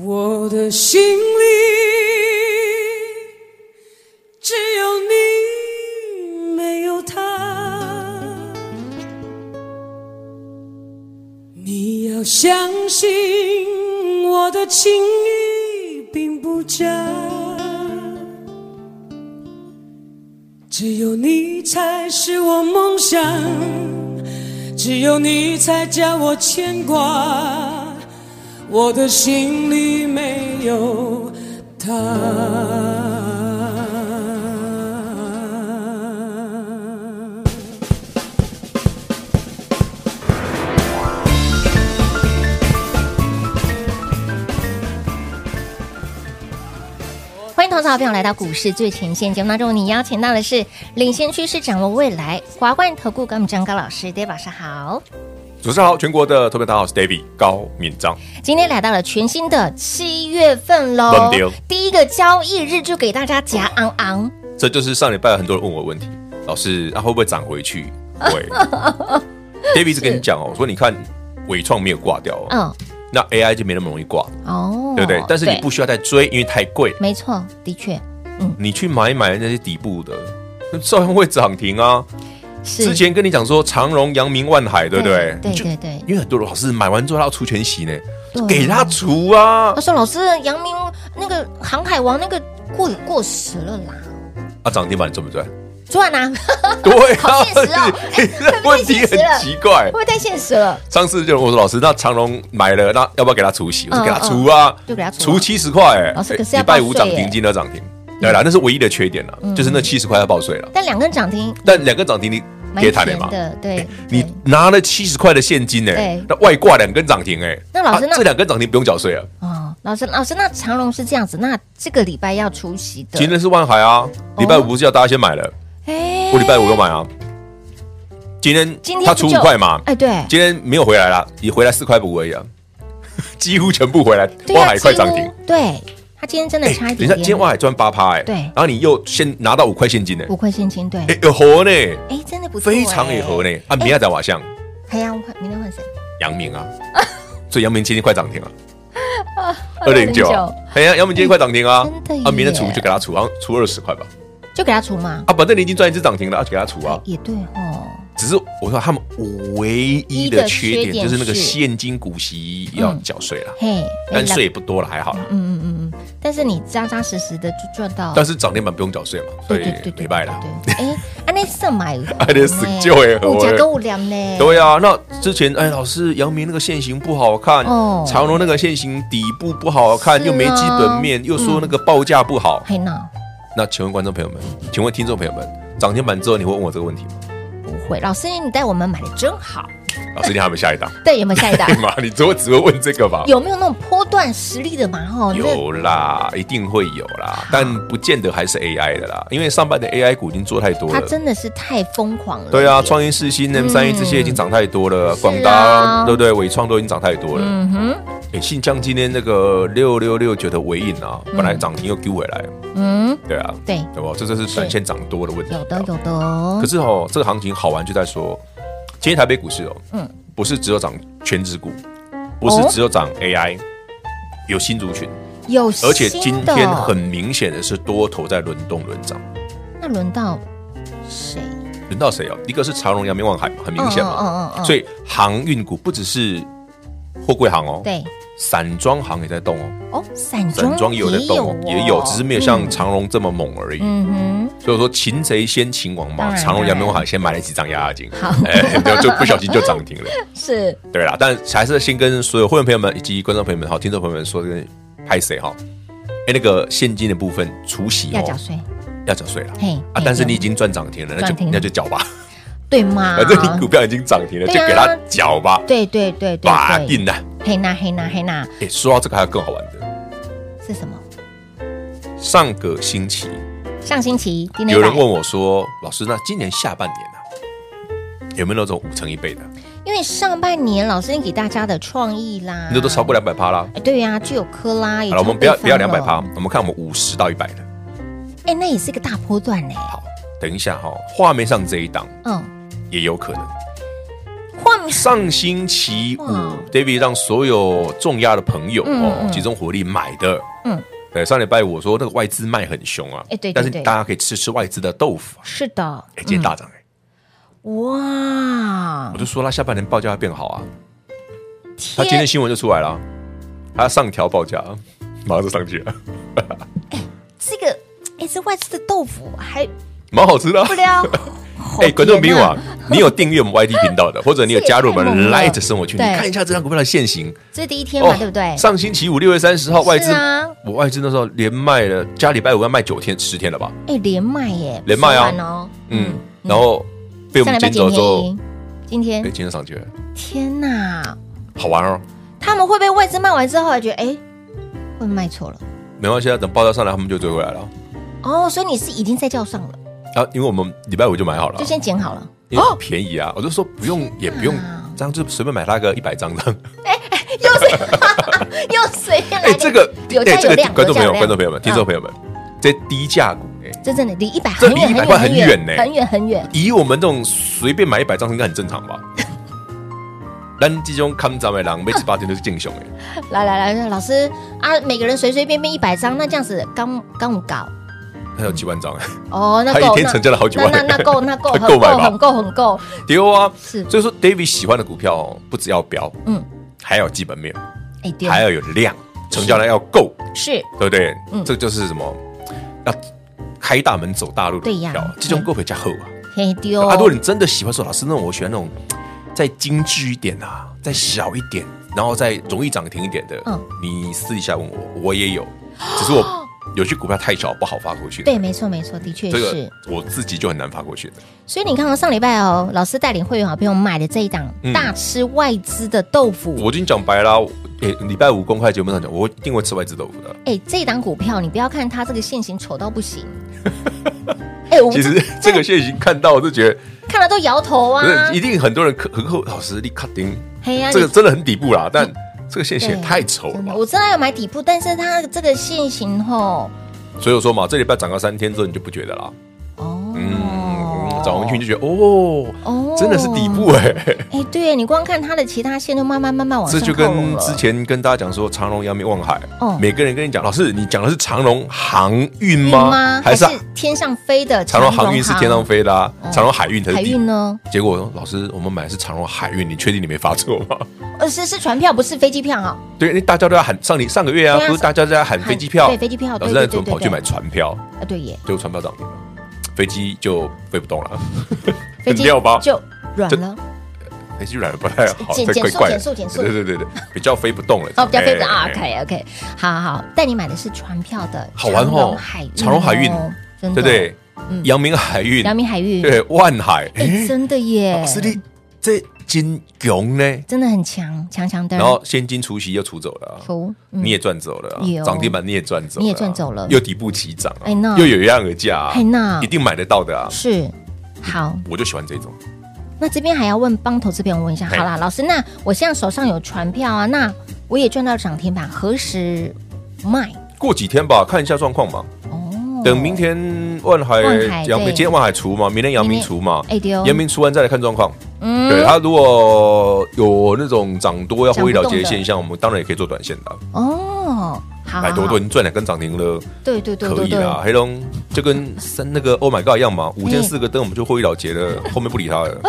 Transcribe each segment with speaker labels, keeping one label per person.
Speaker 1: 我的心里只有你，没有他。你要相信我的情意并不假，只有你才是我梦想，只有你才叫我牵挂。我的心里没有他。
Speaker 2: 欢迎投资好朋友来到股市最前线节目当中，你邀请到的是领先趋势、掌握未来华冠投顾高敏章高老师，David 老师好。
Speaker 3: 主持人好，全国的特别大家好，我是 David 高敏章。
Speaker 2: 今天来到了全新的七月份喽
Speaker 3: 乱丢，
Speaker 2: 第一个交易日就给大家夹昂昂，
Speaker 3: 这就是上礼拜很多人问我的问题，老师啊会不会涨回去？会。David 一直跟你讲哦，我说你看伟创没有挂掉、哦，
Speaker 2: 嗯
Speaker 3: 那 AI 就没那么容易挂，
Speaker 2: 哦，
Speaker 3: 对不对？但是你不需要再追，因为太贵，
Speaker 2: 没错，的确
Speaker 3: 你去买买那些底部的， 那照样会涨停啊。
Speaker 2: 是
Speaker 3: 之前跟你讲说长荣、阳明、万海，对不对？
Speaker 2: 对
Speaker 3: 你就
Speaker 2: 对对
Speaker 3: 因为很多老师买完之后他要除全息呢
Speaker 2: 对啊，
Speaker 3: 给他除啊
Speaker 2: 他说：“哦老师，阳明那个航海王那个过过时了啦，
Speaker 3: 啊涨停板你赚不赚？
Speaker 2: 赚 啊，
Speaker 3: 对
Speaker 2: 好
Speaker 3: 啊
Speaker 2: 现实 哦，哎会不会
Speaker 3: 问
Speaker 2: 太
Speaker 3: 题
Speaker 2: 现实
Speaker 3: 很
Speaker 2: 了？
Speaker 3: 奇怪
Speaker 2: 会不。会太现实了？
Speaker 3: 上次就有人问我说：“老师，那长隆买了，那要不要给他除息？”
Speaker 2: 嗯
Speaker 3: 我说：“给他除啊，
Speaker 2: 就给他除啊
Speaker 3: 除七十块。欸”
Speaker 2: 老师
Speaker 3: 欸
Speaker 2: 可是要
Speaker 3: 礼拜
Speaker 2: 报
Speaker 3: 五
Speaker 2: 税嗯
Speaker 3: 涨
Speaker 2: 欸
Speaker 3: 停，今天涨停。对啦，那是唯一的缺点啦，就是那七十块要报税了。
Speaker 2: 但两根涨停
Speaker 3: 但两根涨停你
Speaker 2: 蛮
Speaker 3: 给
Speaker 2: 甜
Speaker 3: 他的嘛？哎
Speaker 2: 的，对，
Speaker 3: 你
Speaker 2: 对
Speaker 3: 拿了七十块的现金哎
Speaker 2: 对，
Speaker 3: 那外挂两根涨停哎，
Speaker 2: 那老师
Speaker 3: 啊
Speaker 2: 那
Speaker 3: 这两根涨停不用缴税啊。
Speaker 2: 哦，老师老师，那长隆是这样子，那这个礼拜要出席的，
Speaker 3: 今天是万海啊，礼拜五不是叫大家先买了，
Speaker 2: 哦哎
Speaker 3: 我礼拜五有买啊。今
Speaker 2: 今
Speaker 3: 天
Speaker 2: 天
Speaker 3: 他除
Speaker 2: 不
Speaker 3: 五
Speaker 2: 就
Speaker 3: 块嘛，
Speaker 2: 哎对，
Speaker 3: 今天没有回来啦，也回来四块五而已啊， 几乎全部回来，
Speaker 2: 对啊
Speaker 3: 万海快涨，
Speaker 2: 几
Speaker 3: 停
Speaker 2: 乎。对他今天真的
Speaker 3: 哎，
Speaker 2: 差一
Speaker 3: 等一
Speaker 2: 点
Speaker 3: 下，
Speaker 2: 点，
Speaker 3: 今天万海赚八趴哎，
Speaker 2: 对
Speaker 3: 然后你又先拿到五块现金呢，
Speaker 2: 五块现金，对，
Speaker 3: 哎，有合呢，
Speaker 2: 哎，真的不错，
Speaker 3: 非常有合
Speaker 2: 嘞。
Speaker 3: 呢，啊，明天再往像
Speaker 2: 哎呀，我看明天换谁？
Speaker 3: 阳明啊，所以阳明今天快涨停 了。二零九，哎呀，阳明今天快涨停啊
Speaker 2: 哎真的！
Speaker 3: 啊，明天除
Speaker 2: 耶
Speaker 3: 就给他除，好像除二十块吧。
Speaker 2: 就给他除嘛，
Speaker 3: 啊，反正你已经赚一只涨停了，啊，就给他除啊。
Speaker 2: 也对哦，
Speaker 3: 只是我说他们唯一的
Speaker 2: 一个缺
Speaker 3: 缺
Speaker 2: 点
Speaker 3: 点就是那个
Speaker 2: 是嗯
Speaker 3: 现金股息要缴税啦，
Speaker 2: 嘿，
Speaker 3: 但
Speaker 2: 哎
Speaker 3: 税也不多了，还好啦。
Speaker 2: 嗯嗯嗯，嗯，但是你扎扎实实的就赚到，
Speaker 3: 但是涨停板不用缴税嘛，所以没败啦。
Speaker 2: 对，哎，安内上买，
Speaker 3: 安尼算少的啊
Speaker 2: 我加购物量呢，
Speaker 3: 对啊，那之前哎，老师杨明那个线型不好看，
Speaker 2: 哦
Speaker 3: 长荣那个线型底部不好看，
Speaker 2: 是啊
Speaker 3: 又没基本面，又说那个报价不好。
Speaker 2: 嘿那
Speaker 3: 那请问观众朋友们，请问听众朋友们，涨停板之后你会问我这个问题吗？
Speaker 2: 不会，老师你带我们买的真好，
Speaker 3: 老师，你还有没有下一档？
Speaker 2: 对，有没有下一档
Speaker 3: 对？吗？你只会只会问这个吧？
Speaker 2: 有没有那种波段实力的嘛？吼，那
Speaker 3: 有啦，一定会有啦，但不见得还是 AI 的啦，因为上半的 AI 股已经做太多
Speaker 2: 他
Speaker 3: 了。
Speaker 2: 真的是太疯狂了。
Speaker 3: 对啊，创意四星、M 三一这
Speaker 2: 嗯
Speaker 3: 些已经涨太多了，广达对不对？伟创都已经涨太多了。
Speaker 2: 啊嗯哼，
Speaker 3: 哎，信江今天那个六六六九的尾影啊，本来涨停又丢回来，
Speaker 2: 嗯，
Speaker 3: 对啊，
Speaker 2: 对
Speaker 3: 对吧？这就是短线涨多的问题。
Speaker 2: 有的有的哦
Speaker 3: 可，是哦，这个行情好玩就在说，今天台北股市哦，
Speaker 2: 嗯
Speaker 3: 嗯，不是只有涨全指股，不是只有涨 AI，有新族群，
Speaker 2: 有新的
Speaker 3: 而且今天很明显的是多头在轮动轮涨。
Speaker 2: 那轮到谁？
Speaker 3: 轮到谁哦？一个是长荣、阳明、望海嘛，很明显嘛。
Speaker 2: 嗯嗯嗯嗯嗯
Speaker 3: 所以航运股不只是货柜行哦，，
Speaker 2: 对
Speaker 3: 散装行也在动哦，
Speaker 2: 哦，散
Speaker 3: 散
Speaker 2: 装
Speaker 3: 装也有在动哦，也有，只是没有像长荣这么猛而已。
Speaker 2: 嗯嗯
Speaker 3: 所以说，擒贼先擒王
Speaker 2: 当
Speaker 3: 嘛，
Speaker 2: 然
Speaker 3: 长荣、阳明、望海先买了几张压压惊，哎，然后就不 小心就涨停了。
Speaker 2: 哼，是
Speaker 3: 对啦，但还是先跟所有会员朋友们以及观众朋友们、好听众朋友们说，这个拍谁哈？哎，那个现金的部分除息
Speaker 2: 要
Speaker 3: 哦
Speaker 2: 缴，税，
Speaker 3: 要缴税了
Speaker 2: 嘿
Speaker 3: 啊！
Speaker 2: 嘿
Speaker 3: 但是
Speaker 2: 对
Speaker 3: 你已经赚涨停了，那
Speaker 2: 赚
Speaker 3: 就
Speaker 2: 停
Speaker 3: 那就缴吧。
Speaker 2: 对吗？
Speaker 3: 反正你股票已经涨停了，就
Speaker 2: 对啊
Speaker 3: 给它缴吧，
Speaker 2: 对对对对
Speaker 3: 把
Speaker 2: 对，
Speaker 3: 定了。
Speaker 2: 嘿娜嘿娜嘿娜
Speaker 3: 哎，说到这个还有更好玩的，
Speaker 2: 是什么？
Speaker 3: 上个星期
Speaker 2: 上星期今天
Speaker 3: 有人
Speaker 2: 来
Speaker 3: 问我说，老师，那今年下半年啊，有没有那种五成一倍的？
Speaker 2: 因为上半年老师给大家的创意啦，
Speaker 3: 那都超过两百趴啦。
Speaker 2: 哎对呀、具有科啦，也
Speaker 3: 好了，我
Speaker 2: 超
Speaker 3: 们不要
Speaker 2: 过
Speaker 3: 不要两
Speaker 2: 翻
Speaker 3: 百
Speaker 2: 了
Speaker 3: 趴，，我们看我们五十到一百的。
Speaker 2: 哎，那也是个大波段呢。
Speaker 3: 好，等一下哈、哦，画面上这一档
Speaker 2: 嗯，
Speaker 3: 也有可能。
Speaker 2: 画面
Speaker 3: 上星期五
Speaker 2: 哇
Speaker 3: ，David 让所有重压的朋友
Speaker 2: 嗯
Speaker 3: 哦
Speaker 2: 嗯
Speaker 3: 集中火力买的。
Speaker 2: 嗯，
Speaker 3: 对，上礼拜我说那个外资卖很凶啊，
Speaker 2: 哎对对嗯
Speaker 3: 但是
Speaker 2: 对
Speaker 3: 大家可以吃吃外资的豆腐啊。
Speaker 2: 是的，
Speaker 3: 哎，今天大涨哎，
Speaker 2: 哇
Speaker 3: 我，就说他下半年报价会变好啊，他今
Speaker 2: 天
Speaker 3: 天新闻就出来了啊，他上调报价，啊马上就上去了，
Speaker 2: 这个哎，这外资的豆腐还
Speaker 3: 蛮好吃的啊
Speaker 2: 不。 了，
Speaker 3: 哎，观众朋友
Speaker 2: 啊
Speaker 3: 啊，，你有订阅 我们 YT 频道的，或者你有加入我
Speaker 2: 这也太
Speaker 3: 们
Speaker 2: 猛了
Speaker 3: Light 生活圈，你
Speaker 2: 对
Speaker 3: 看一下这张股票的现形，哦
Speaker 2: 这是第一天嘛，对不对？
Speaker 3: 上星期五六月三十号外资
Speaker 2: 是啊，
Speaker 3: 我外资那时候连卖了，加礼拜五要卖九天十天了吧？
Speaker 2: 哎，连麦耶，
Speaker 3: 连麦啊
Speaker 2: 不是玩哦，
Speaker 3: 嗯，然后被我
Speaker 2: 上
Speaker 3: 们
Speaker 2: 礼拜
Speaker 3: 捡
Speaker 2: 几
Speaker 3: 走之
Speaker 2: 天
Speaker 3: 后，
Speaker 2: 赢，今天
Speaker 3: 哎，今天上去了，
Speaker 2: 天哪，
Speaker 3: 好玩哦。
Speaker 2: 他们会被外资卖完之后，还觉得哎，会不会卖错了
Speaker 3: 没关系啊，等报价上来，他们就追回来了
Speaker 2: 哦，所以你是已经在叫上了，
Speaker 3: 啊，因为我们礼拜五就买好了
Speaker 2: 就，哦先剪好了，
Speaker 3: 因为便宜啊，我就说不用，也不用
Speaker 2: 天哪，
Speaker 3: 这样就随便买它个一百张这 样。
Speaker 2: 又是 又随便来
Speaker 3: 哎，这个
Speaker 2: 有
Speaker 3: 哎，
Speaker 2: 价
Speaker 3: 这
Speaker 2: 有
Speaker 3: 个
Speaker 2: 量，
Speaker 3: 观众朋友、
Speaker 2: 有价有量
Speaker 3: 观众朋友们、听众
Speaker 2: 啊
Speaker 3: 朋友们，这低价股哎，
Speaker 2: 这真的离一百
Speaker 3: 这
Speaker 2: 很远
Speaker 3: 离100
Speaker 2: 很
Speaker 3: 很
Speaker 2: 远
Speaker 3: 远呢
Speaker 2: 很远很远，
Speaker 3: 以我们这种随便买一百张应该很正常吧？ 咱这种看涨的人，每次八天都是敬雄哎。
Speaker 2: 来来来，老师啊，每个人随随便便一百张，那这样子刚刚我搞
Speaker 3: 他有几万张，
Speaker 2: 哦，那
Speaker 3: 他一
Speaker 2: 够，
Speaker 3: 天
Speaker 2: 那
Speaker 3: 成交了好几
Speaker 2: 那
Speaker 3: 万，
Speaker 2: 那那够，那 够，
Speaker 3: 他
Speaker 2: 很
Speaker 3: 购买
Speaker 2: 够，
Speaker 3: 吧
Speaker 2: 很够，很够，
Speaker 3: 丢啊！
Speaker 2: 是
Speaker 3: 所以说，David 喜欢的股票哦不只要标，
Speaker 2: 嗯，
Speaker 3: 还要有基本面，
Speaker 2: 哎，对，
Speaker 3: 还要有量，成交量要够，
Speaker 2: 是
Speaker 3: 对不对？
Speaker 2: 嗯
Speaker 3: 这就是什么？要开大门走大路的
Speaker 2: 对
Speaker 3: 股
Speaker 2: 呀
Speaker 3: 票，这种股票加厚啊。
Speaker 2: 嘿丢，
Speaker 3: 啊，如果你真的喜欢说老师那种，我喜欢那种再精致一点啊，再小一点，然后再容易涨停一点的，
Speaker 2: 嗯
Speaker 3: 你私底下问我，我也有，只是我有些股票太小不好发过去，
Speaker 2: 对，，没错没错，的确
Speaker 3: 这
Speaker 2: 是
Speaker 3: 个。我自己就很难发过去的。
Speaker 2: 所以你看哦，上礼拜哦，老师带领会员好朋友买的这一档
Speaker 3: 嗯
Speaker 2: 大吃外资的豆腐，
Speaker 3: 我已经讲白啦，诶，礼拜五公开节目上讲，我一定会吃外资豆腐的。
Speaker 2: 哎，这一档股票你不要看它这个现形丑到不 行，哎，我
Speaker 3: 其
Speaker 2: 们
Speaker 3: 实这个现形看到，我就觉得，
Speaker 2: 看了都摇头啊
Speaker 3: 不，是一定很多人可很后老师你卡丁，
Speaker 2: 嘿呀，
Speaker 3: 这
Speaker 2: 你
Speaker 3: 个真的很底部啦，但这个现形也
Speaker 2: 对
Speaker 3: 太丑了
Speaker 2: 真
Speaker 3: 吧
Speaker 2: 的，？我真的要买底部，但是它这个现行吼，
Speaker 3: 所以我说嘛，这礼拜涨个三天之后，你就不觉得啦。
Speaker 2: 哦，
Speaker 3: 嗯，涨完去你就觉得哦，
Speaker 2: 哦
Speaker 3: 真的是底部哎、
Speaker 2: 哎，对你光看它的其他线都慢慢慢慢往
Speaker 3: 这
Speaker 2: 上
Speaker 3: 就
Speaker 2: 靠拢
Speaker 3: 跟
Speaker 2: 哦了
Speaker 3: 之前跟大家讲说长荣、阳明、望海，
Speaker 2: 哦
Speaker 3: 每个人跟你讲，老师，你讲的是长荣航运
Speaker 2: 运
Speaker 3: 吗？
Speaker 2: 还
Speaker 3: 还
Speaker 2: 是
Speaker 3: 是啊
Speaker 2: 天上飞的
Speaker 3: 长荣航运是天上飞的、啊
Speaker 2: 哦，
Speaker 3: 长荣海运才是
Speaker 2: 海
Speaker 3: 底
Speaker 2: 运。呢？
Speaker 3: 结果我说老师，我们买的是长荣海运，你确定你没发错 吗？
Speaker 2: 呃，是是船票，不是飞机票啊。
Speaker 3: 对，因为大家都在喊上你上个月啊
Speaker 2: 对，啊
Speaker 3: 不是大家都在喊
Speaker 2: 喊
Speaker 3: 飞机票，
Speaker 2: 对飞机票
Speaker 3: 老
Speaker 2: 对
Speaker 3: 师
Speaker 2: 对
Speaker 3: 那怎么
Speaker 2: 对对
Speaker 3: 跑去
Speaker 2: 对
Speaker 3: 买船票？
Speaker 2: 呃，对耶，
Speaker 3: 结果船票涨停了，飞机就飞不动了，
Speaker 2: 飞 机
Speaker 3: 料吧
Speaker 2: 就软
Speaker 3: 就
Speaker 2: 了。
Speaker 3: 飞机软不太好，
Speaker 2: 减
Speaker 3: 这
Speaker 2: 减
Speaker 3: 怪
Speaker 2: 速
Speaker 3: 怪
Speaker 2: 减
Speaker 3: 的，
Speaker 2: 速减速
Speaker 3: 对对对对，比较飞不动了，
Speaker 2: 哦，比较飞的
Speaker 3: 哎
Speaker 2: 啊
Speaker 3: 哎哎
Speaker 2: ，OK OK，好好好，但你买的是船票的，
Speaker 3: 好玩哦
Speaker 2: 长荣海运哦，
Speaker 3: 长荣海运
Speaker 2: 真的
Speaker 3: 对不？对？阳明海运，
Speaker 2: 嗯阳明海运，
Speaker 3: 对万海，
Speaker 2: 哎，
Speaker 3: 哎，
Speaker 2: 真的耶，
Speaker 3: 是的，这金融呢？
Speaker 2: 真的很强，强强的。
Speaker 3: 然后现金除息又除走了啊，
Speaker 2: 出，嗯
Speaker 3: 你也赚走了啊
Speaker 2: 有，
Speaker 3: 涨停板你也赚走了啊，
Speaker 2: 你也赚走了
Speaker 3: 又底部起涨啊
Speaker 2: 哎那，
Speaker 3: 又有样而价啊
Speaker 2: 哎那，
Speaker 3: 一定买得到的啊，
Speaker 2: 是好，
Speaker 3: 我就喜欢这种。
Speaker 2: 那这边还要问帮投资朋友问一下，
Speaker 3: 嘿
Speaker 2: 好啦，老师，那我现在手上有船票啊，那我也赚到涨停板，何时卖？
Speaker 3: 过几天吧，看一下状况嘛。
Speaker 2: 哦，
Speaker 3: 等明天万海
Speaker 2: 万海、
Speaker 3: 阳明，
Speaker 2: 对
Speaker 3: 今天万海除嘛，明天阳
Speaker 2: 明
Speaker 3: 明
Speaker 2: 天
Speaker 3: 除嘛，
Speaker 2: 哎对哦
Speaker 3: 阳明除完再来看状况。
Speaker 2: 嗯
Speaker 3: 对，啊它如果有那种涨多要获利了结的现象，我们当然也可以做短线的啊，
Speaker 2: 哦，好，
Speaker 3: 买
Speaker 2: 好
Speaker 3: 多
Speaker 2: 好
Speaker 3: 多你赚两根涨停了。
Speaker 2: 对对对
Speaker 3: 可
Speaker 2: 对
Speaker 3: 以啦，
Speaker 2: 对，
Speaker 3: 黑龙就跟三那个 Oh my God 一样嘛，五
Speaker 2: 哎
Speaker 3: 天四个灯我们就获利了 结了，后面不理他了。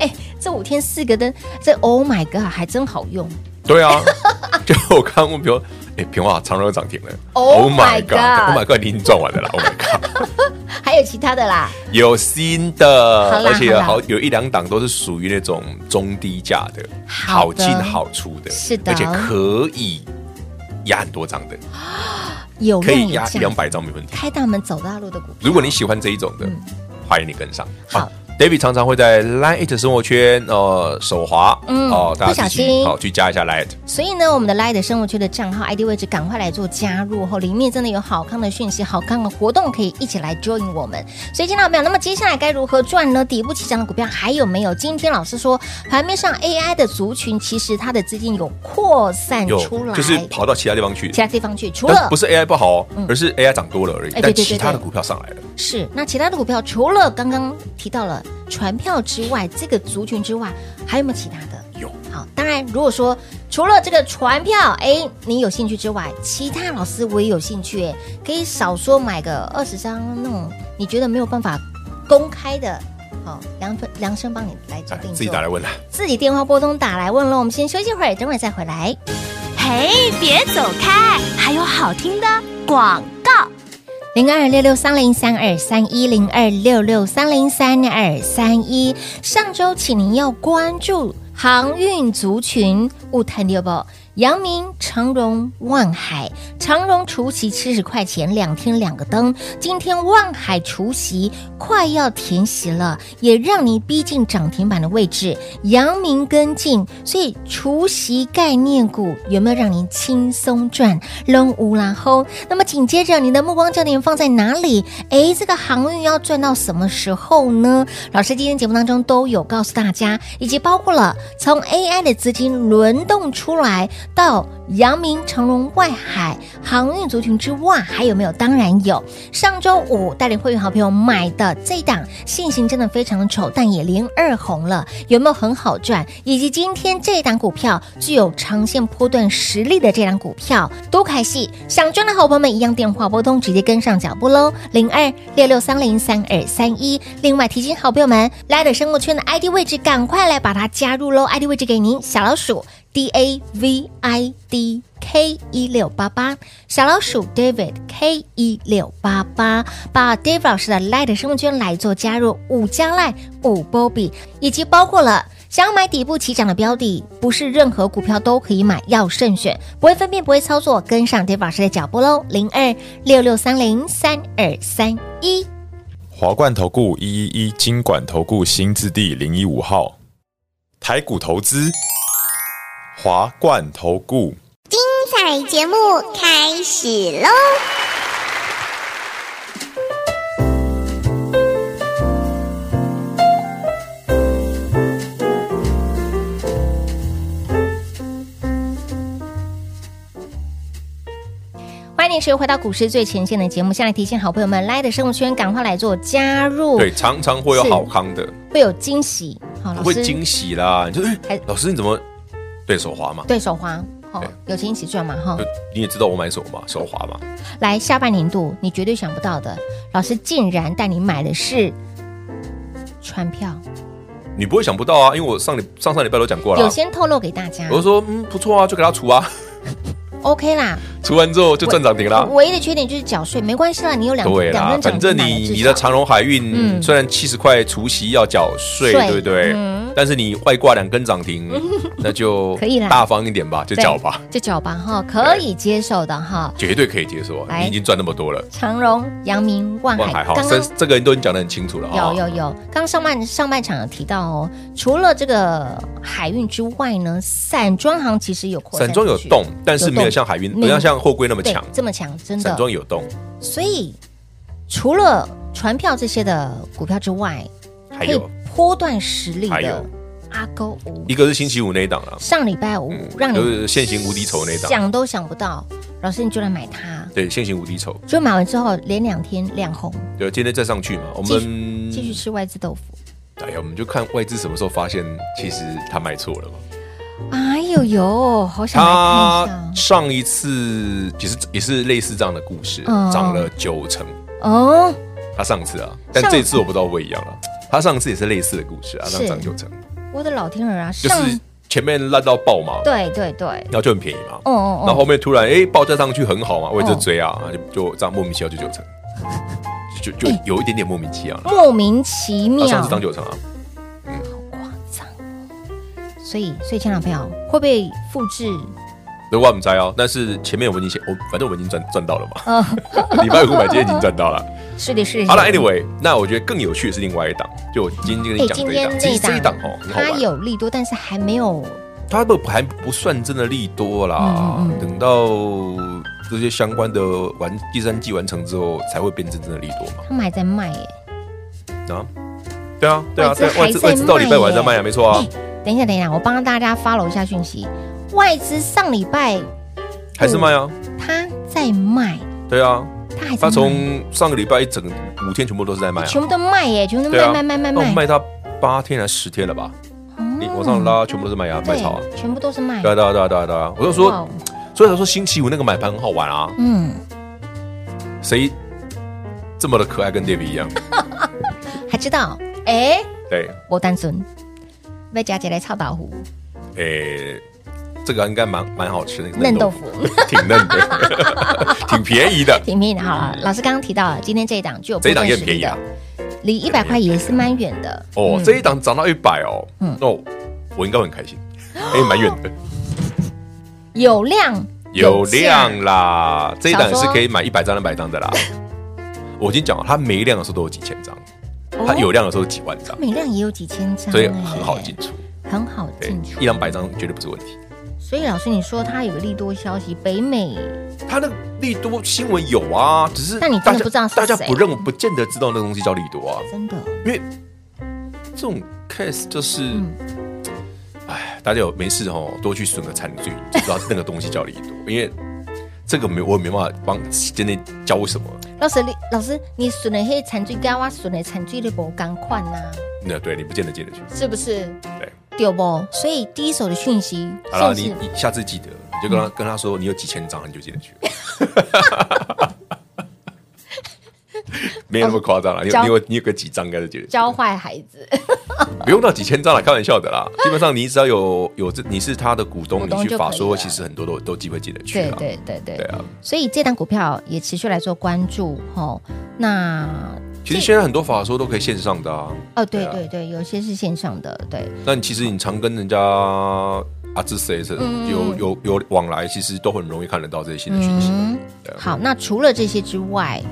Speaker 2: 哎，这五天四个灯，这 Oh my God，还真好用
Speaker 3: 对啊， 就我刚问平华，哎，平华长荣又涨停了
Speaker 2: Oh my
Speaker 3: God，Oh
Speaker 2: God
Speaker 3: my God，你已经赚完了啦，Oh my God，
Speaker 2: 还有其他的啦，
Speaker 3: 有新
Speaker 2: 好
Speaker 3: 的，
Speaker 2: 啦
Speaker 3: 而且
Speaker 2: 好啦
Speaker 3: 好有一两档都是属于那种中低价的，
Speaker 2: 好
Speaker 3: 好
Speaker 2: 的
Speaker 3: 进好出的，
Speaker 2: 是的
Speaker 3: 而且可以压很多张的，
Speaker 2: 有
Speaker 3: 可
Speaker 2: 量
Speaker 3: 以
Speaker 2: 有
Speaker 3: 压一
Speaker 2: 价
Speaker 3: 两，百张没问题。
Speaker 2: 开大门走大路的股票，
Speaker 3: 如果你喜欢这一种的，欢迎你跟上。
Speaker 2: 嗯好
Speaker 3: 啊 David 常常会在 Line It 生活圈呃手滑，
Speaker 2: 嗯
Speaker 3: 哦，大
Speaker 2: 不小
Speaker 3: 家自己
Speaker 2: 心
Speaker 3: 好去加一下 Line It。
Speaker 2: 所以呢，我 E 们的 Light 生活圈的账号 ID 位置赶快来做加入哦，里面真的有好康的讯息、好康的活动，可以一起来 join 我们。所以，听到没有？那么接下来该如何赚呢？底部起涨的股票还有没有？今天老师说，盘面上 AI 的族群其实它的资金有扩散
Speaker 3: 有
Speaker 2: 哎出来，
Speaker 3: 就是跑到其他地方去
Speaker 2: 其，他地方去，除
Speaker 3: 但
Speaker 2: 了
Speaker 3: 不是 AI 不好哦，而是 AI 涨多了而已
Speaker 2: 嗯哎对，
Speaker 3: 但
Speaker 2: 对对
Speaker 3: 其他的
Speaker 2: 对
Speaker 3: 股票上来了。
Speaker 2: 是那其他的股票，除了刚刚提到了船票之外，这个族群之外，还有没有其他的？
Speaker 3: 有。
Speaker 2: 好，当然，如果说除了这个船票，哎，你有兴趣之外，其他老师我也有兴趣，哎，可以少说买个二十张那种你觉得没有办法公开的，好，量分量身帮你来做
Speaker 3: 哎
Speaker 2: 定，做，
Speaker 3: 自己打来问啦。
Speaker 2: 自己电话拨通打来问了。我们先休息会儿，等会儿再回来。
Speaker 4: 嘿，别走开，还有好听的广告。
Speaker 2: 零二六六三零三二三一零二六六三零三二三一。上周起，您要关注航运族群，勿贪六不？阳明、长荣、万海，长荣除息七十块钱，两天两个灯。今天万海除息快要填息了，也让你逼近涨停板的位置。阳明跟进，所以除息概念股有没有让您轻松赚？扔无啦吼。那么紧接着，你的目光焦点放在哪里？诶，这个航运要赚到什么时候呢？老师今天节目当中都有告诉大家，以及包括了从 AI 的资金轮动出来到阳明、长荣、外海航运族群之外，还有没有？当然有。上周五带领会员好朋友买的这一档，信型真的非常丑，但也零二红了，有没有很好赚？以及今天这一档股票具有长线波段实力的这档股票，多开戏！想赚的好朋友们一样电话拨通，直接跟上脚步喽，零二六六三零三二三一。另外提醒好朋友们，来的生活圈的 ID 位置，赶快来把它加入喽！ID 位置给您，小老鼠 D A V I D K 一六八八，小老鼠 David K 一六八八，把 David 老师的 Light 生物圈来做加入，五加 Light 五 Bobby，以及包括了。想要买底部起涨的标的，不是任何股票都可以买，要慎选，不会分辨，不会操作，跟上 David 老师的脚步喽。零二六六三零三二三一。
Speaker 5: 华冠投顾一一一金管投顾新字第零一五号，台股投资，华冠投顾。
Speaker 6: 彩节目开始喽！
Speaker 2: 欢迎您持续回到股市最前线的节目。现在提醒好朋友们，来的生物圈赶快来做加入，
Speaker 3: 对，常常会有
Speaker 2: 是
Speaker 3: 好康的，
Speaker 2: 会有惊喜。好，
Speaker 3: 不
Speaker 2: 老
Speaker 3: 会
Speaker 2: 师
Speaker 3: 惊喜啦。你就哎
Speaker 2: 还
Speaker 3: 老师你怎么对手滑嘛？
Speaker 2: 对手滑，哦
Speaker 3: 对，
Speaker 2: 有惊喜赚嘛？哈
Speaker 3: 就，你也知道我买手嘛，手滑嘛，
Speaker 2: 来下半年度你绝对想不到的，老师竟然带你买的是船票，
Speaker 3: 你不会想不到啊，因为我上礼上上礼拜都讲过了
Speaker 2: 有
Speaker 3: 啊，
Speaker 2: 先透露给大家
Speaker 3: 我就说嗯不错啊，就给他除啊，
Speaker 2: ，OK 啦。
Speaker 3: 除完之后就赚涨停啦。
Speaker 2: 唯一的缺点就是缴税，没关系啦，你有两
Speaker 3: 对
Speaker 2: 两
Speaker 3: 啦
Speaker 2: 根，
Speaker 3: 反
Speaker 2: 涨
Speaker 3: 正
Speaker 2: 停板了
Speaker 3: 你
Speaker 2: 至
Speaker 3: 你的
Speaker 2: 少
Speaker 3: 长荣海运
Speaker 2: 嗯
Speaker 3: 虽然七十块除息要缴税，
Speaker 2: 税
Speaker 3: 对不对
Speaker 2: 嗯？
Speaker 3: 但是你外挂两根 涨停，那就
Speaker 2: 可以啦
Speaker 3: 大方一点吧，就缴吧，，
Speaker 2: 对就缴吧哈，可以接受的哈。
Speaker 3: 绝对可以接受啊。
Speaker 2: 来
Speaker 3: 你已经赚那么多了，
Speaker 2: 长荣、阳明、万
Speaker 3: 万
Speaker 2: 海，
Speaker 3: 海哈，
Speaker 2: 刚
Speaker 3: 这
Speaker 2: 刚
Speaker 3: 这个人都已经讲得很清楚了啊。
Speaker 2: 有有有，刚上半上半场有提到哦，除了这个海运之外呢，散装行其实有扩散
Speaker 3: 散装有
Speaker 2: 出去
Speaker 3: 动，但是没有像海运，没有像货柜那么
Speaker 2: 对
Speaker 3: 强。
Speaker 2: 这么强，真
Speaker 3: 散
Speaker 2: 的。
Speaker 3: 装有动，
Speaker 2: 所以除了船票这些的股票之外，可
Speaker 3: 还
Speaker 2: 以
Speaker 3: 有
Speaker 2: 波段实力
Speaker 3: 还
Speaker 2: 的
Speaker 3: 有
Speaker 2: 阿勾五，
Speaker 3: 一个是星期五那一档了，
Speaker 2: 上礼拜五
Speaker 3: 嗯
Speaker 2: 让
Speaker 3: 就
Speaker 2: 你
Speaker 3: 是现行无敌筹那一档，
Speaker 2: 想都想不到，老师你就来买它，
Speaker 3: 对，现行无敌筹，
Speaker 2: 就买完之后连两天亮红，
Speaker 3: 对，今天再上去嘛，我
Speaker 2: 继
Speaker 3: 们
Speaker 2: 继续吃外资豆腐。
Speaker 3: 哎呀，我们就看外资什么时候发现，其实他卖错了嘛。
Speaker 2: 哎呦呦，好想来看一下
Speaker 3: 他上一次也是也是类似这样的故事，
Speaker 2: 嗯
Speaker 3: 涨了九成。
Speaker 2: 哦。
Speaker 3: 他上次啊，但
Speaker 2: 上
Speaker 3: 这次我不知道会不会一样了。他上次也是类似的故事啊，
Speaker 2: 是
Speaker 3: 让涨九成，
Speaker 2: 我的老天儿啊，
Speaker 3: 就
Speaker 2: 上、
Speaker 3: 是前面烂到爆嘛，
Speaker 2: 对对对，
Speaker 3: 然后就很便宜嘛。
Speaker 2: 哦哦
Speaker 3: 然后
Speaker 2: 哦，
Speaker 3: 后面突然哎、报价上去很好嘛，我也就追啊，就就这样莫名其妙就九成，就就就有一点点莫名其妙了。
Speaker 2: 莫名其
Speaker 3: 他
Speaker 2: 妙，
Speaker 3: 上次涨九成啊，
Speaker 2: 所以所以，千万朋友会不会复制
Speaker 3: 如果我们摘哦，但是前面我已经先，我反正我已经赚赚到了
Speaker 2: 哦
Speaker 3: 嘛， 礼拜五买今天已经 赚到了。
Speaker 2: 是的，是的。
Speaker 3: 好了，anyway，那我觉得更有趣的是另外一档，就我今天跟你
Speaker 2: 哎，
Speaker 3: 讲
Speaker 2: 今
Speaker 3: 这一
Speaker 2: 天
Speaker 3: 档，
Speaker 2: 这
Speaker 3: 其
Speaker 2: 一
Speaker 3: 实这一档
Speaker 2: 档
Speaker 3: 哦，很好
Speaker 2: 它
Speaker 3: 玩。
Speaker 2: 有利多，但是还没有
Speaker 3: 它不还不算真的利多啦，
Speaker 2: 嗯嗯嗯
Speaker 3: 等到这些相关的完第三季完成之后，才会变真正的利多嘛。
Speaker 2: 他们还在卖耶。
Speaker 3: 啊，对啊，对啊，对啊，
Speaker 2: 外
Speaker 3: 外
Speaker 2: 资
Speaker 3: 资
Speaker 2: 还在
Speaker 3: 外资到礼拜五还在
Speaker 2: 卖耶
Speaker 3: 卖啊，没错啊
Speaker 2: 哎，等一下，等一下，我帮大家 follow 一下讯息。外资上礼拜
Speaker 3: 还是卖啊，
Speaker 2: 他在卖，
Speaker 3: 对啊，
Speaker 2: 他嗯还在
Speaker 3: 它
Speaker 2: 卖，
Speaker 3: 从上个礼拜一整五天全部都是在卖啊，
Speaker 2: 全部都卖耶，全部都
Speaker 3: 对
Speaker 2: 卖
Speaker 3: 啊，
Speaker 2: 卖卖卖
Speaker 3: 那我们
Speaker 2: 卖哦嗯
Speaker 3: 卖它八天还是十天了吧？你往上拉，全部都是卖啊，卖
Speaker 2: 对
Speaker 3: 超啊，，
Speaker 2: 全部都是卖
Speaker 3: 对。啊，对啊，对啊，对啊，对啊，我就
Speaker 2: 哇哦
Speaker 3: 说，所以他说星期五那个买盘很好玩啊，
Speaker 2: 嗯，
Speaker 3: 谁这么的可爱跟 David 一 样？
Speaker 2: 还知道，哎，
Speaker 3: 对，
Speaker 2: 我单纯被佳姐来炒豆腐，
Speaker 3: 诶、这个应该蛮蛮好吃的，那个
Speaker 2: 嫩豆
Speaker 3: 腐
Speaker 2: 腐。嗯
Speaker 3: 挺嫩的， 挺便宜的。
Speaker 2: 挺便宜的。好了，老师刚刚提到了，今天这一档就有
Speaker 3: 这一档
Speaker 2: 部分
Speaker 3: 也
Speaker 2: 实
Speaker 3: 很
Speaker 2: 力
Speaker 3: 便宜啊
Speaker 2: 的，离一百块也是蛮远的。
Speaker 3: 哦，
Speaker 2: 嗯
Speaker 3: 这一档涨到一百哦，
Speaker 2: 嗯
Speaker 3: 哦，我应该会很开 心，哎、蛮远的，
Speaker 2: 有量
Speaker 3: 有
Speaker 2: 价
Speaker 3: 量啦，这一档也
Speaker 2: 想
Speaker 3: 是
Speaker 2: 说
Speaker 3: 可以买一百张、两百张的啦。我已经讲了，它没量的时候都有几千张，
Speaker 2: 哦
Speaker 3: 它有量的时候有几万张，
Speaker 2: 每量也有几千张，
Speaker 3: 所以
Speaker 2: 哎
Speaker 3: 很好进，出，
Speaker 2: 很好
Speaker 3: 对
Speaker 2: 进，出
Speaker 3: 一。两百张绝对不是问题。
Speaker 2: 所以老师，你说它有个利多消息，北美
Speaker 3: 它那个利多新闻有啊，只是
Speaker 2: 但你真的
Speaker 3: 大家
Speaker 2: 不知道是
Speaker 3: 大家
Speaker 2: 谁
Speaker 3: 不认为不见得知道那个东西叫利多啊。
Speaker 2: 真的
Speaker 3: 因为这种 case 就是，
Speaker 2: 嗯
Speaker 3: 哎、大家有没事哦，多去损个残罪，就知道那个东西叫利多，因为这个没我也没办法帮真的教什么。
Speaker 2: 老师，你老师，你损的黑残罪跟我损的残罪的不赶快呐，
Speaker 3: 那对你不见得接得去，
Speaker 2: 啊是不是？
Speaker 3: 对。
Speaker 2: 对不？所以第一手的讯息，
Speaker 3: 好了，
Speaker 2: 甚
Speaker 3: 你
Speaker 2: 至
Speaker 3: 你下次记得，你就跟
Speaker 2: 嗯
Speaker 3: 他、跟他说，你有几千张，你就接得 去。没有那么夸张啦，你
Speaker 2: 哦
Speaker 3: 有
Speaker 2: 教
Speaker 3: 你有你有个几张应该就接得去，
Speaker 2: 教坏孩子，
Speaker 3: 不用到几千张了，开玩笑 的啦。基本上你只要有有这你是他的股
Speaker 2: 股
Speaker 3: 东，
Speaker 2: 东
Speaker 3: 你去
Speaker 2: 就可以
Speaker 3: 法说，
Speaker 2: 了
Speaker 3: 其实很多都都有机会接得去
Speaker 2: 对
Speaker 3: 啦。
Speaker 2: 对对对
Speaker 3: 对啊，
Speaker 2: 所以这档股票也持续来做关注吼。那
Speaker 3: 其实现在很多法说都可以线上的啊。
Speaker 2: 哦，对
Speaker 3: 对啊
Speaker 2: 对对，有些是线上的，对，
Speaker 3: 但其实你常跟人家啊，这谁谁
Speaker 2: 嗯
Speaker 3: 有有有往来，其实都很容易看得到这些新的讯息。
Speaker 2: 嗯
Speaker 3: 对，啊
Speaker 2: 好，那除了这些之外，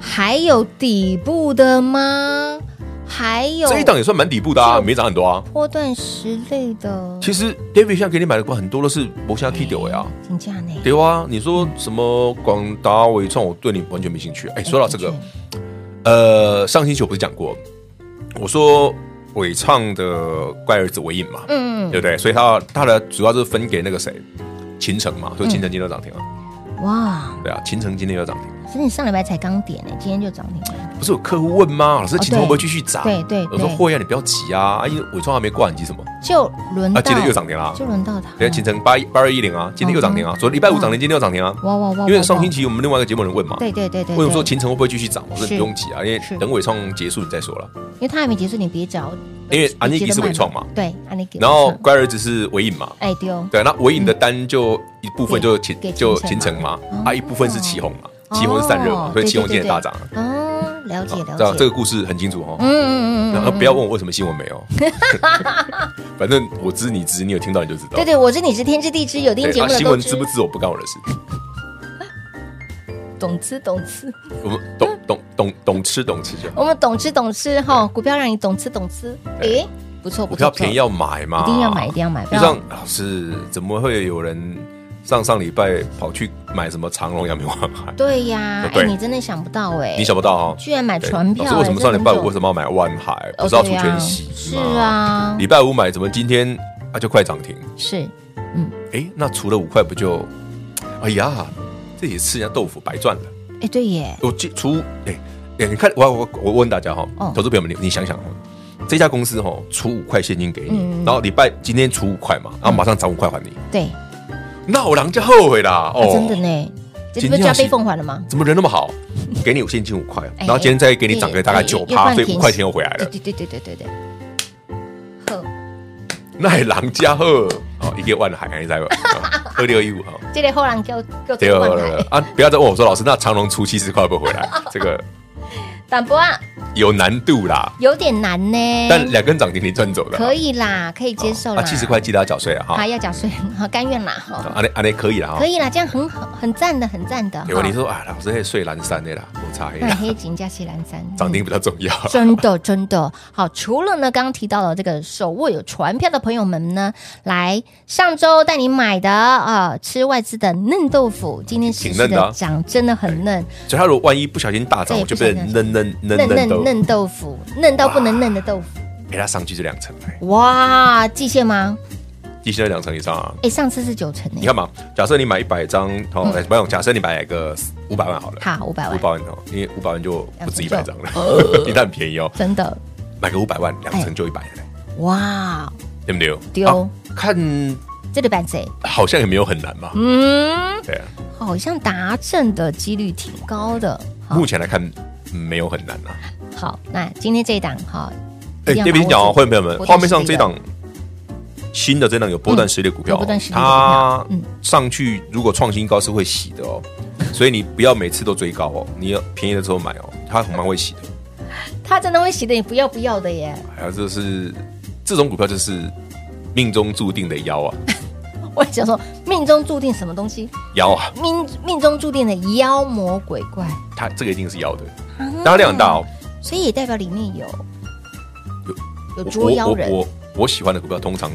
Speaker 2: 还有底部的吗？还有
Speaker 3: 这一档也算蛮底部的啊，没涨很多啊。
Speaker 2: 波段十类的，
Speaker 3: 其实 David 现在给你买的股很多都是博下 K 掉的呀。
Speaker 2: 评价呢？
Speaker 3: 对啊，你说什么广达、伟创，我对你完全没兴趣。哎，说到这个
Speaker 2: 完，
Speaker 3: 呃，上星期我不是讲过，我说伟创的乖儿子伟影嘛，
Speaker 2: 嗯，
Speaker 3: 对不对？所以他他的主要就是分给那个谁，秦城
Speaker 2: 嗯
Speaker 3: 嘛，所以秦城今天都涨停了，
Speaker 2: 哇，
Speaker 3: 对啊，秦城今天又涨停。
Speaker 2: 可是你上礼拜才刚点呢，今天就涨停了，
Speaker 3: 不是有客户问吗？老师，秦
Speaker 2: 哦对
Speaker 3: 城会不会继续涨？
Speaker 2: 对对
Speaker 3: 我说
Speaker 2: 对
Speaker 3: 会啊，你不要急啊，啊，因为伟创还没挂，你急什么？
Speaker 2: 就轮嗯
Speaker 3: 啊，
Speaker 2: 到
Speaker 3: 今天又涨停啦！
Speaker 2: 就轮到它，
Speaker 3: 对，秦城八一八二一零啊，今天又涨停啊，昨天礼拜五涨停，今天又涨停啊。
Speaker 2: 哇哦嗯哇哇哇，
Speaker 3: 因为上星
Speaker 2: 期
Speaker 3: 期我们另外一个节目有人问嘛，
Speaker 2: 对对对对，
Speaker 3: 问说
Speaker 2: 对
Speaker 3: 秦城会不会继续涨？我说
Speaker 2: 是
Speaker 3: 你不用急啊，因为
Speaker 2: 是
Speaker 3: 等伟创结束你再说了。
Speaker 2: 因为它还没结束，你别着，
Speaker 3: 因为
Speaker 2: 别
Speaker 3: 安妮
Speaker 2: 急
Speaker 3: 迪
Speaker 2: 着
Speaker 3: 是
Speaker 2: 卖
Speaker 3: 伟创嘛，
Speaker 2: 对，安利给
Speaker 3: 然后乖儿子是伟影嘛，
Speaker 2: 哎丢，
Speaker 3: 对，啊那伟影的单就一部分就秦
Speaker 2: 给
Speaker 3: 就
Speaker 2: 秦
Speaker 3: 秦
Speaker 2: 城
Speaker 3: 城
Speaker 2: 嘛
Speaker 3: 嘛
Speaker 2: 哦，
Speaker 3: 啊，一部分是旗宏嘛，旗宏是散热嘛，所以旗宏今天也大涨啊。
Speaker 2: 哦，了解了
Speaker 3: 这样
Speaker 2: 解，
Speaker 3: 这个故事很清楚哦。
Speaker 2: 嗯嗯嗯
Speaker 3: 然
Speaker 2: 嗯
Speaker 3: 后不要问我为什么新闻没 有，反正我知你知，你有听到你就知道。
Speaker 2: 对对，我知你知天知地知，有听
Speaker 3: 对
Speaker 2: 节目
Speaker 3: 啊
Speaker 2: 的
Speaker 3: 新
Speaker 2: 都
Speaker 3: 闻
Speaker 2: 知，
Speaker 3: 知不知我不干我的事，
Speaker 2: 懂吃懂吃，
Speaker 3: 我们懂懂懂懂吃懂吃就好。
Speaker 2: 我们懂吃懂吃哈，股票让你懂吃懂吃，诶，不错不
Speaker 3: 股
Speaker 2: 错，
Speaker 3: 票
Speaker 2: 不错
Speaker 3: 便宜要买嘛，
Speaker 2: 一定要买，一。定要买，不
Speaker 3: 就
Speaker 2: 要
Speaker 3: 像老师，怎么会有人上上礼拜跑去买什么长隆、阳明、万海？
Speaker 2: 对呀，哎，
Speaker 3: 啊对
Speaker 2: 你真的想不到哎，
Speaker 3: 你想不到哦，
Speaker 2: 居然买
Speaker 3: 对
Speaker 2: 船票，
Speaker 3: 老师为什么上礼拜五为
Speaker 2: 么
Speaker 3: 什么要买万海？
Speaker 2: 哦
Speaker 3: 不是要出
Speaker 2: 对啊
Speaker 3: 全息
Speaker 2: 是
Speaker 3: 吗？
Speaker 2: 啊，
Speaker 3: 礼拜五买，怎么今天啊就快涨停？
Speaker 2: 是
Speaker 3: 哎，那除了五块不就？哎呀，这也吃人家豆腐白赚了。
Speaker 2: 哎对耶，
Speaker 3: 我记除哎哎，你看我我我问大家哈、
Speaker 2: 哦
Speaker 3: 投资朋友们，你你想想哦，这家公司哈、哦、出五块现金给你，
Speaker 2: 嗯
Speaker 3: 然后礼拜今天出五块嘛，然后马上涨五块还你，
Speaker 2: 对，
Speaker 3: 那我人家后悔啦
Speaker 2: 啊
Speaker 3: 哦，
Speaker 2: 真的呢，这
Speaker 3: 今
Speaker 2: 不是
Speaker 3: 天
Speaker 2: 加
Speaker 3: 要是
Speaker 2: 倍奉还了吗？
Speaker 3: 怎么人那么好，给你现金五块，啊
Speaker 2: 哎
Speaker 3: 然后今天再给你涨个大概
Speaker 2: 对
Speaker 3: 九
Speaker 2: 又半
Speaker 3: 趴，所以
Speaker 2: 天
Speaker 3: 五块钱又回来了，
Speaker 2: 对对对对对对对，好。
Speaker 3: 那也人家好哦，一个万海还 在吧，二六一五哈。
Speaker 2: 这个后人叫叫
Speaker 3: 对
Speaker 2: 做
Speaker 3: 了
Speaker 2: 万
Speaker 3: 对
Speaker 2: 海
Speaker 3: 了，啊！不要再问我说，老师，那长隆出七十块会不会回来？这个
Speaker 2: 淡薄啊，
Speaker 3: 有难度啦，
Speaker 2: 有点难呢，
Speaker 3: 但两根涨停你赚走了，
Speaker 2: 哎可
Speaker 3: 以
Speaker 2: 以啦，可以接受啦。
Speaker 3: 啊，七十块，记得要缴税了哈
Speaker 2: 好，。要缴税，好甘愿啦，哈，
Speaker 3: 啊，那啊那可以了哈
Speaker 2: 可。以啦，这样很好，很赞的，很赞的。
Speaker 3: 有
Speaker 2: 哈
Speaker 3: 你说啊，老师在睡蓝山的啦，我擦黑
Speaker 2: 那
Speaker 3: 啦，
Speaker 2: 黑金加西兰山
Speaker 3: 涨停比较重要。
Speaker 2: 真的，真的好。除了呢，刚刚提到了这个手握有船票的朋友们呢，来上周带你买的啊、吃外资的嫩豆腐，今天实
Speaker 3: 挺
Speaker 2: 时
Speaker 3: 嫩的啊
Speaker 2: 的涨，真的很嫩，
Speaker 3: 所以他如果万一不小心大涨，
Speaker 2: 对
Speaker 3: 我就变成
Speaker 2: 不
Speaker 3: 嫩嫩嫩
Speaker 2: 嫩
Speaker 3: 嫩
Speaker 2: 嫩
Speaker 3: 的，
Speaker 2: 嫩豆腐，嫩到不能嫩的豆腐。
Speaker 3: 陪他上去这两层，哎
Speaker 2: 哇，季线吗？
Speaker 3: 一线在两层以上啊。
Speaker 2: 哎，上次是九成
Speaker 3: 你
Speaker 2: 诶，
Speaker 3: 看嘛，假设你买一百张哦，
Speaker 2: 嗯
Speaker 3: 哎不用，假设你买个五百万好了，
Speaker 2: 好五百
Speaker 3: 五
Speaker 2: 万
Speaker 3: 百，万哦，因为五百万就不止一百
Speaker 2: 两
Speaker 3: 张
Speaker 2: 成
Speaker 3: 了， 一旦便宜哦，
Speaker 2: 真的
Speaker 3: 买个五百万，两成就一百
Speaker 2: 哎
Speaker 3: 了，
Speaker 2: 哇，
Speaker 3: 对不对？
Speaker 2: 对
Speaker 3: 啊
Speaker 2: 哦，
Speaker 3: 看
Speaker 2: 这里板谁？
Speaker 3: 好像也没有很难嘛，
Speaker 2: 嗯，
Speaker 3: 对啊，
Speaker 2: 好像达阵的几率挺高的。好
Speaker 3: 目前来看嗯没有很难啊。
Speaker 2: 好，那今天这一档哈，
Speaker 3: 哎，
Speaker 2: 一定啊要
Speaker 3: 那
Speaker 2: 把
Speaker 3: 边
Speaker 2: 握
Speaker 3: 讲
Speaker 2: 住
Speaker 3: 哦，会员朋友们，
Speaker 2: 波段
Speaker 3: 画面上
Speaker 2: 实力
Speaker 3: 这
Speaker 2: 的
Speaker 3: 档新的这档有波段实力的股票
Speaker 2: 嗯有
Speaker 3: 哦
Speaker 2: 波段实力，的股
Speaker 3: 它
Speaker 2: 票嗯
Speaker 3: 上去如果创新高是会洗的哦，所以你不要每次都追高哦，你要便宜的时候买哦，它很蛮会洗的。
Speaker 2: 他真的会洗的，你不要不要的耶。
Speaker 3: 还有就是这种股票就是命中注定的妖啊
Speaker 2: 我想说，命中注定什么东西？
Speaker 3: 妖啊，
Speaker 2: 命命中注定的妖魔鬼怪，
Speaker 3: 它这个一定是妖的，
Speaker 2: 啊
Speaker 3: 当然量很大哦。
Speaker 2: 所以也代表里面有
Speaker 3: 有
Speaker 2: 有
Speaker 3: 我
Speaker 2: 捉妖
Speaker 3: 我
Speaker 2: 人，
Speaker 3: 我我喜欢的股票通常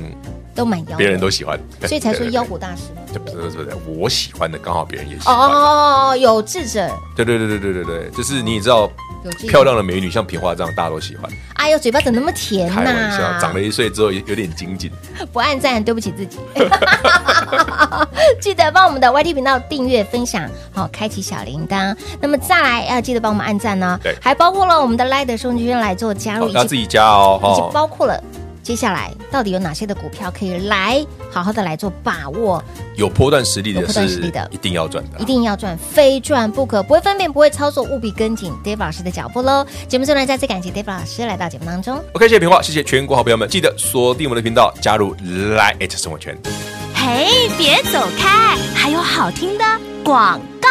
Speaker 2: 都蛮妖的，
Speaker 3: 别人都喜欢，
Speaker 2: 所以才说
Speaker 3: 对
Speaker 2: 妖。股大师。
Speaker 3: 对对对不是不是不是，我喜欢的刚好别人也喜
Speaker 2: 哦哦
Speaker 3: 欢。
Speaker 2: 哦，哦有智者，
Speaker 3: 对对对对对对对，就是你知道
Speaker 2: 有智者
Speaker 3: 漂。亮的美女像平花这样，大家都喜欢。
Speaker 2: 哎呦，嘴巴怎么那么甜
Speaker 3: 开玩笑，
Speaker 2: 呐？
Speaker 3: 长了一岁之后有有点精进，
Speaker 2: 不按赞，对不起自己。 记得帮我们的 YT 频道订阅、分享，好、开启小铃铛。那么再来，呃要记得帮我们按赞呢、
Speaker 3: 对
Speaker 2: 还包括了我们的 Light 的收听圈来做加入，
Speaker 3: 好
Speaker 2: 以
Speaker 3: 要
Speaker 2: 及
Speaker 3: 自己加哦
Speaker 2: 以及
Speaker 3: 哈。
Speaker 2: 包括了接下来到底有哪些的股票可以来好好的来做把握，
Speaker 3: 有波段实力
Speaker 2: 有
Speaker 3: 的
Speaker 2: 波段实
Speaker 3: 是
Speaker 2: 力的
Speaker 3: 一定要赚的啊
Speaker 2: 一，定要赚，非赚不可，不会分辨，不会操作，务必跟紧 Dave 老师的脚步喽。节目最后呢，再次感谢 Dave 老师来到节目当中。
Speaker 3: OK，谢谢平花，谢谢全国好朋友们，记得锁定我们的频道，加入 Lite 生活圈。
Speaker 4: 嘿，别走开，还有好听的广告。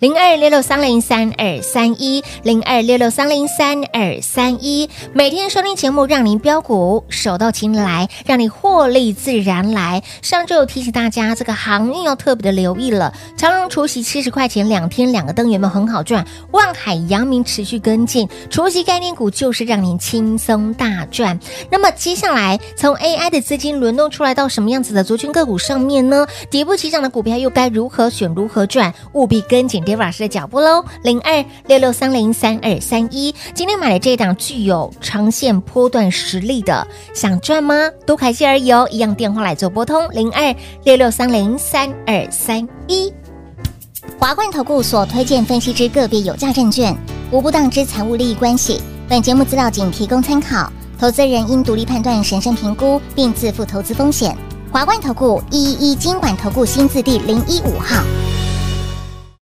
Speaker 2: 零二六六三零三二三一，零二六六三零三二三一，每天收听节目，让您标股手到擒来，让你获利自然来。上周有提醒大家，这个航运要特别的留意了。长荣除夕七十块钱，两天两个灯，有没有很好赚？万海、阳明持续跟进，除夕概念股就是让您轻松大赚。那么接下来从 AI 的资金轮动出来到什么样子的族群个股上面呢？底部起涨的股票又该如何选、如何赚？务必跟紧 Dave 老师的脚步喽！零二六六三零三二三一，今天买的这档具有长线波段实力的，想赚吗？都凯西而已哦，一样电话来做拨通零二六六三零三二三一。
Speaker 6: 华冠投顾所推荐分析之个别有价证券，无不当之财务利益关系。本节目资料仅提供参考，投资人应独立判断、审慎评估，并自负投资风险。华冠投顾一一一金管投顾新字第零一五号。